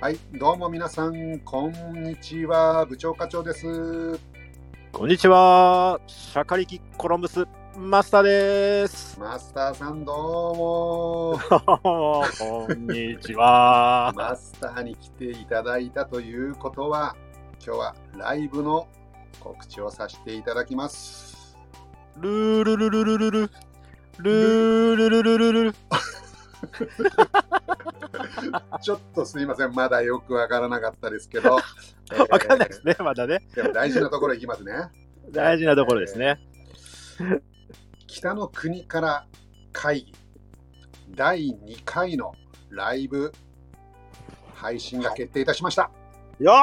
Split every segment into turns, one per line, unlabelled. はい、どうも皆さん、こんにちは。部長課長です。
こんにちは。シャカリキコロンブスマスター です。
マスターさん、 どうも。
こんにちは。
マスターに来ていただいたということは、今日はライブの告知をさせていただきます。
ルルルルルルル。ルルルルルルル。
ちょっとすいません、まだよくわからなかったですけど。
わかんないですね、まだね。
えーでも大事なところいきますね。
大事なところですね。
北の国から会議第2回のライブ配信が決定いたしました。
よっやっ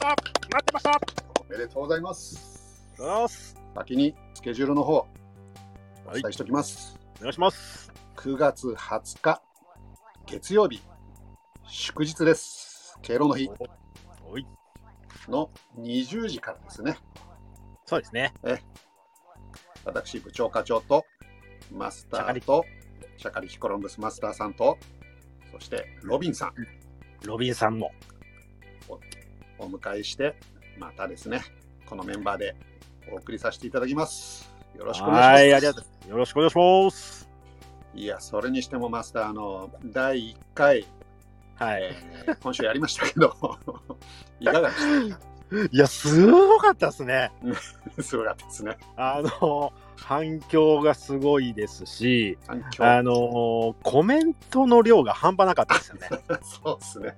た待ってましたありがと
おめでとうございます。
うございます。
先にスケジュールの方、お
はい
伝えしておきます。
お願いします。
9月20日、月曜日、祝日です。敬老の日
おい、
の20時からですね、
そうですね。
私、部長課長と、マスターと、シャカリキコロンブスマスターさんと、そしてロビンさん
ロビンさんも。
お迎えして、またですね、このメンバーでお送りさせていただきます。よろしくお願いします。
はい、ありがとうございます。よろしくお願いします。
いや、それにしてもマスター、あの、第1回、
はい。
えー今週やりましたけど、いかがでし
いや、すごかったですね。
たすごか ったですね。
あの、反響がすごいですし、
反響
あのーコメントの量が半端なかったですよね。
そうですね。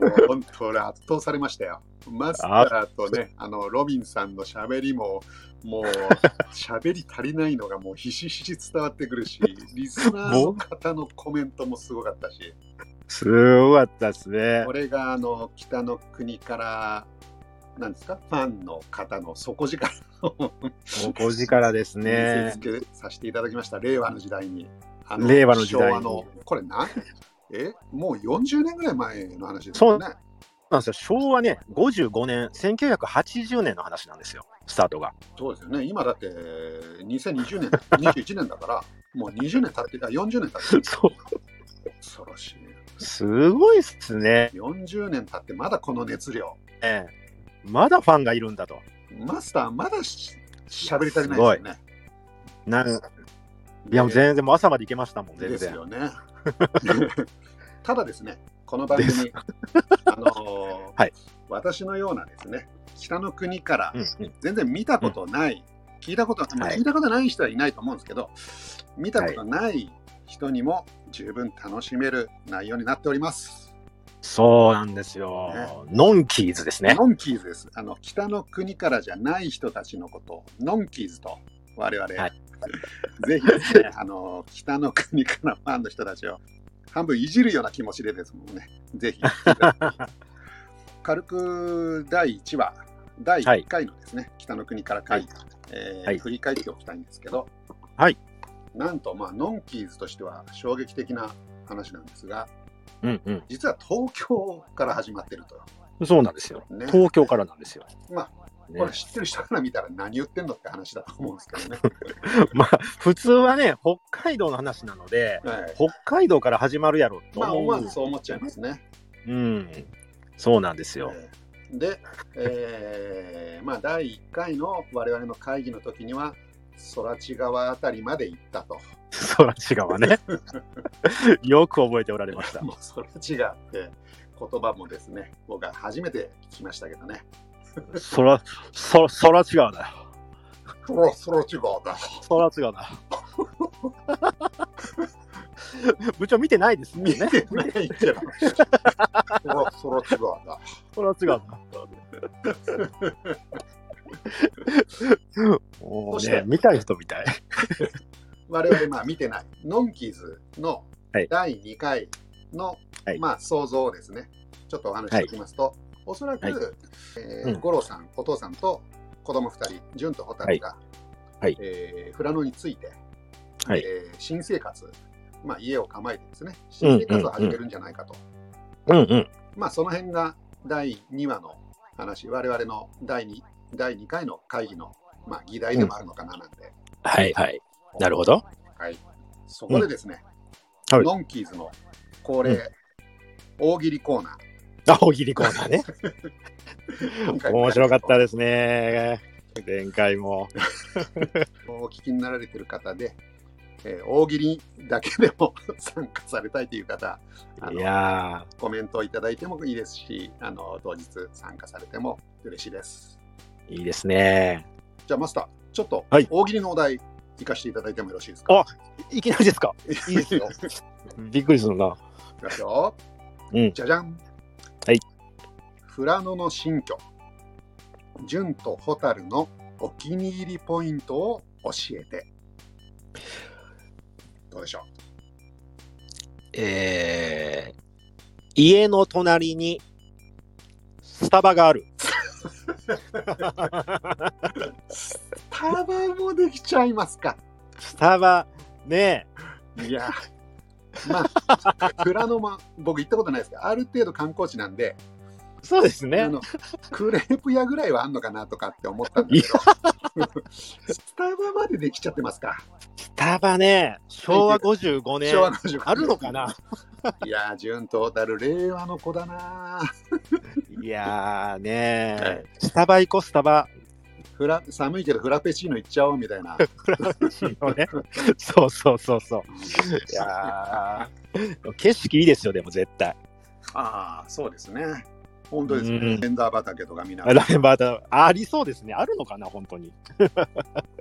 もう本当、俺圧倒されましたよ。マスターとね、あのロビンさんのしゃべりも、もうしゃべり足りないのがもうひしひし伝わってくるし、リスナーの方のコメントもすごかったし、
すごかったですね
こ。れがあの北の国から、なんですか、ファンの方の底力を
5時からです
見せ
ね
つ。けさせていただきました、令和の時代に。あ
令和の時代
昭
に
和の、これ何えもう40年ぐらい前の話です
そ
よ
う
ね。
なんですよ昭和ね、55年、1980年の話なんですよ、スター トが。
そうですよね、今だって2020年、21年だから、もう20年経ってか、40年経ってる、
そ、
恐ろしいう
すごいっすね。。
40年経って、まだこの熱量、
ええまだファンがいるんだと。
マスター、まだしゃべり足りないですよね。
なんいや、もう全然、もう朝まで行けましたもん、
で
全
です
然。
よね。 ただですね、この番組、あのー
はい
私のようなですね、北の国から
うんうん
全然見たことない、聞いたこと、まあ
はい
聞いたことない人はいないと思うんですけど、見たことない人にも十分楽しめる内容になっております。
そうなんですよ。ノンキーズですね。
ノンキーズです。あの北の国からじゃない人たちのことをノンキーズと我々、
はい
ぜひです ね、あの北の国からファンの人たちを半分いじるような気持ちでですもんね、ぜひ。 軽く第1話、第1回のですね、北の国から会議、えー
はい
振り返っておきたいんですけど、
はい
なんと、まあ、ノンキーズとしては衝撃的な話なんですが、
うんう
実は東京から始まってると。
ん。そうなんですよ。
ね
東京からなんですよ。
まあ
ね
これ知ってる人から見たら何言ってんのって話だと思うんですけ どね。
まあ、普通はね、北海道の話なので、
はい、
北海道から始まるやろと
まあ
思う、
思わずそう思っちゃいますね。
うん、そうなんですよ。
えーで、えーまあ、第1回の我々の会議の時には空知川あたりまで行ったと。
そら違うわね。 よく覚えておられまし た。
もう空知川って言葉もですね、僕は初めて聞きましたけどね。
そら、そ、そら違うだよ。
空知川 だ。
そら違うだよ。部長見てないですもん
見
ね。
てないけど。 空空知川だ。
そら違う だ。も
そうし
ね
て、
見たい人みたい。
我々まあ見て ない、ノンキーズの
はい
第2回の、
はい
まあ想像をですね、ちょっとお話ししておきますと、おそらく、
はい
え
う
ー
ん
五郎さん、お父さんと子供2人、純と蛍が、
はい
えー富良野について、
はい
えー新生活、まあ、家を構えてですね、新生活を始めるんじゃないかと、
うんうん。
まあその辺が第2話の話、我々の第 2, 第2回の会議の、まあ、議題でもあるのかななんて。
はいはい。なるほど。
はい、そこでですね、
うんはい
ノンキーズの恒例大喜利コーナー。
大喜利コーナーね。
今回も
面白かったですね。前回も。
お聞きになられてる方で、えー大喜利だけでも 参加されたいという方、あ
い
の
や
コメントをいただいてもいいですし、あの当日参加されても嬉しいです。
ー、いいですね。
じゃあマスター、ちょっと
はい
大喜利のお題、行かせていただいてもよろしいですか。
あいきなりですか
いいですよ。
びっくりするな。
いきますよ。
うん
じゃじゃん。
はい。
富良野の新居。純と蛍のお気に入りポイントを教えて。どうでしょ
えー、家の隣にスタバがあ
う。
る。
スタバもできちゃいますか。
スタバ、ね
いや。まあ、富良野も僕行ったことないですけど、ある程度観光地なんで、
えそうですね
あ。のクレープ屋ぐらいはあんのかなとかって思ったんだけど、スタバまでできちゃってますか。
スタバね、昭和55年
昭。和55年
あるのかない
やー、順当たる令和の子だなー
いやーねー、
はい
スタバ行こう、スタバ。
フラ。寒いけどフラペチーノ行っちゃおうみたいな。
ね、そうそうそうそう。いやー景色いいですよ、でも絶対。
ああ、そうですね。本当ですね。
うん
レンダー畑とかみんな。
ラベンバータありそうですね。あるのかな、本当に。
う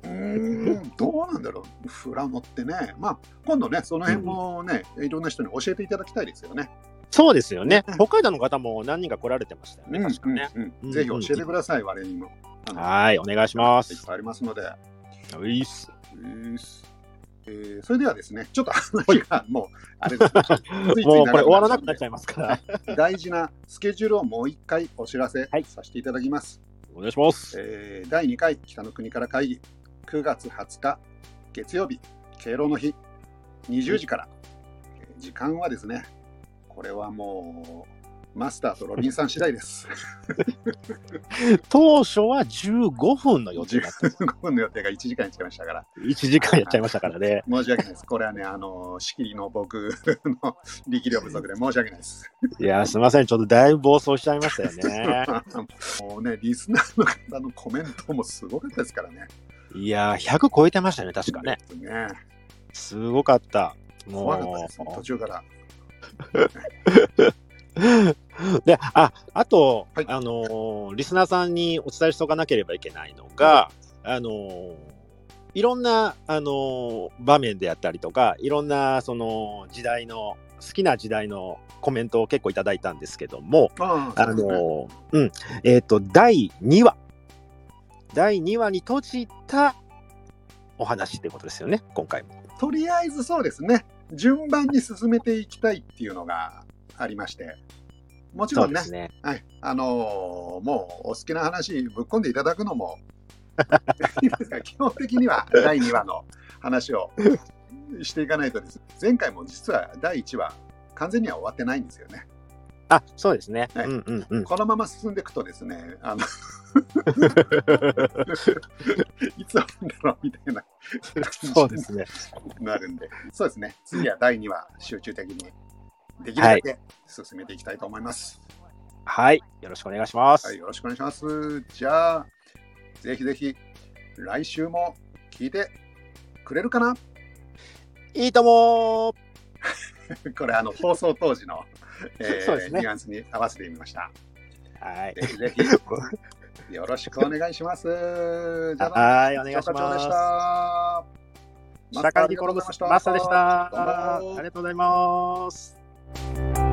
ーんどうなんだろう。フラノってね。まあ、今度ね、その辺もね、いろんな人に教えていただきたいですよね。
そうですよね
うん。
北海道の方も何人か来られてましたよね、
うん
確かね。
うん
うん
ぜひ教えてください、我にも。あの
はーい、お願いしま
いっ
す。
ぱいありますので。
ういっす
えーそれではですね、ちょっと話がもう、あれ ですね、ついつい
もうこれ終わら
長
な
くなっ
くな
ちゃうんで
っちゃいますから。
大事なスケジュールをもう一回お知らせ
はい
させていただきます。
お願いします。
えー第2回北の国から会議9月20日月曜日敬老の日20時から、えー時間はですねこれはもうマスターとロビンさん次第です。
当初は15分の 予定 だった。
15分の予定が1時間いっちゃいましたから
1時間やっちゃいましたからね。
申し訳ないです。これはねあの仕切りの僕の 力量不足で申し訳ないです。
いやー、すみません。ちょっとだいぶ暴走しちゃいましたよ ね。
もうねリスナーの方のコメントもすごかったですからね。
いやー、100超えてましたね、確かね。
ね
すごかった。
怖かったです、
もう
途中から。
で、あ、あと、
はい
あのーリスナーさんにお伝えしておかなければいけないのが、あのーいろんな、あのー場面であったりとか、いろんな、その、時代の、好きな時代のコメントを結構いただいたんですけども、
あ
あのーうん、えっ、と、第2話、第2話に閉じたお話ってことですよね、今回も。
とりあえずそうですね順番に進めていきたいっていうのがありましてもち
そ
ろ
うんで
ね
すね。
はい、あのーもうお好きな話ぶっ込んでいただくの もいいですが基本的には第2話の話をしていかないとです前回も実は第1話完全には終わってないんですよね
あ、そうですね。
はい
うんうん うん。
このまま進んでいくとですねあ のいつ終わるんだろうみたいな
そうですね。
なるんで、そうですね、次は第2話、集中的にできるだけ進めていきたいと思います。
はい。よろしくお願いします。
はい、よろしくお願いします。じゃあ、ぜひぜひ、来週も聞いてくれるかな
いいとも
こ れ、あの、放送当時の、えー
そうですね
ニュアンスに合わせてみました。
はい。
ぜひぜひ、よろしくお願いします。じゃあ、
はい、お願いし
長課長
ま
ですし。た。
下からニコロムスマスターでした。
どうも
ありがとうございます。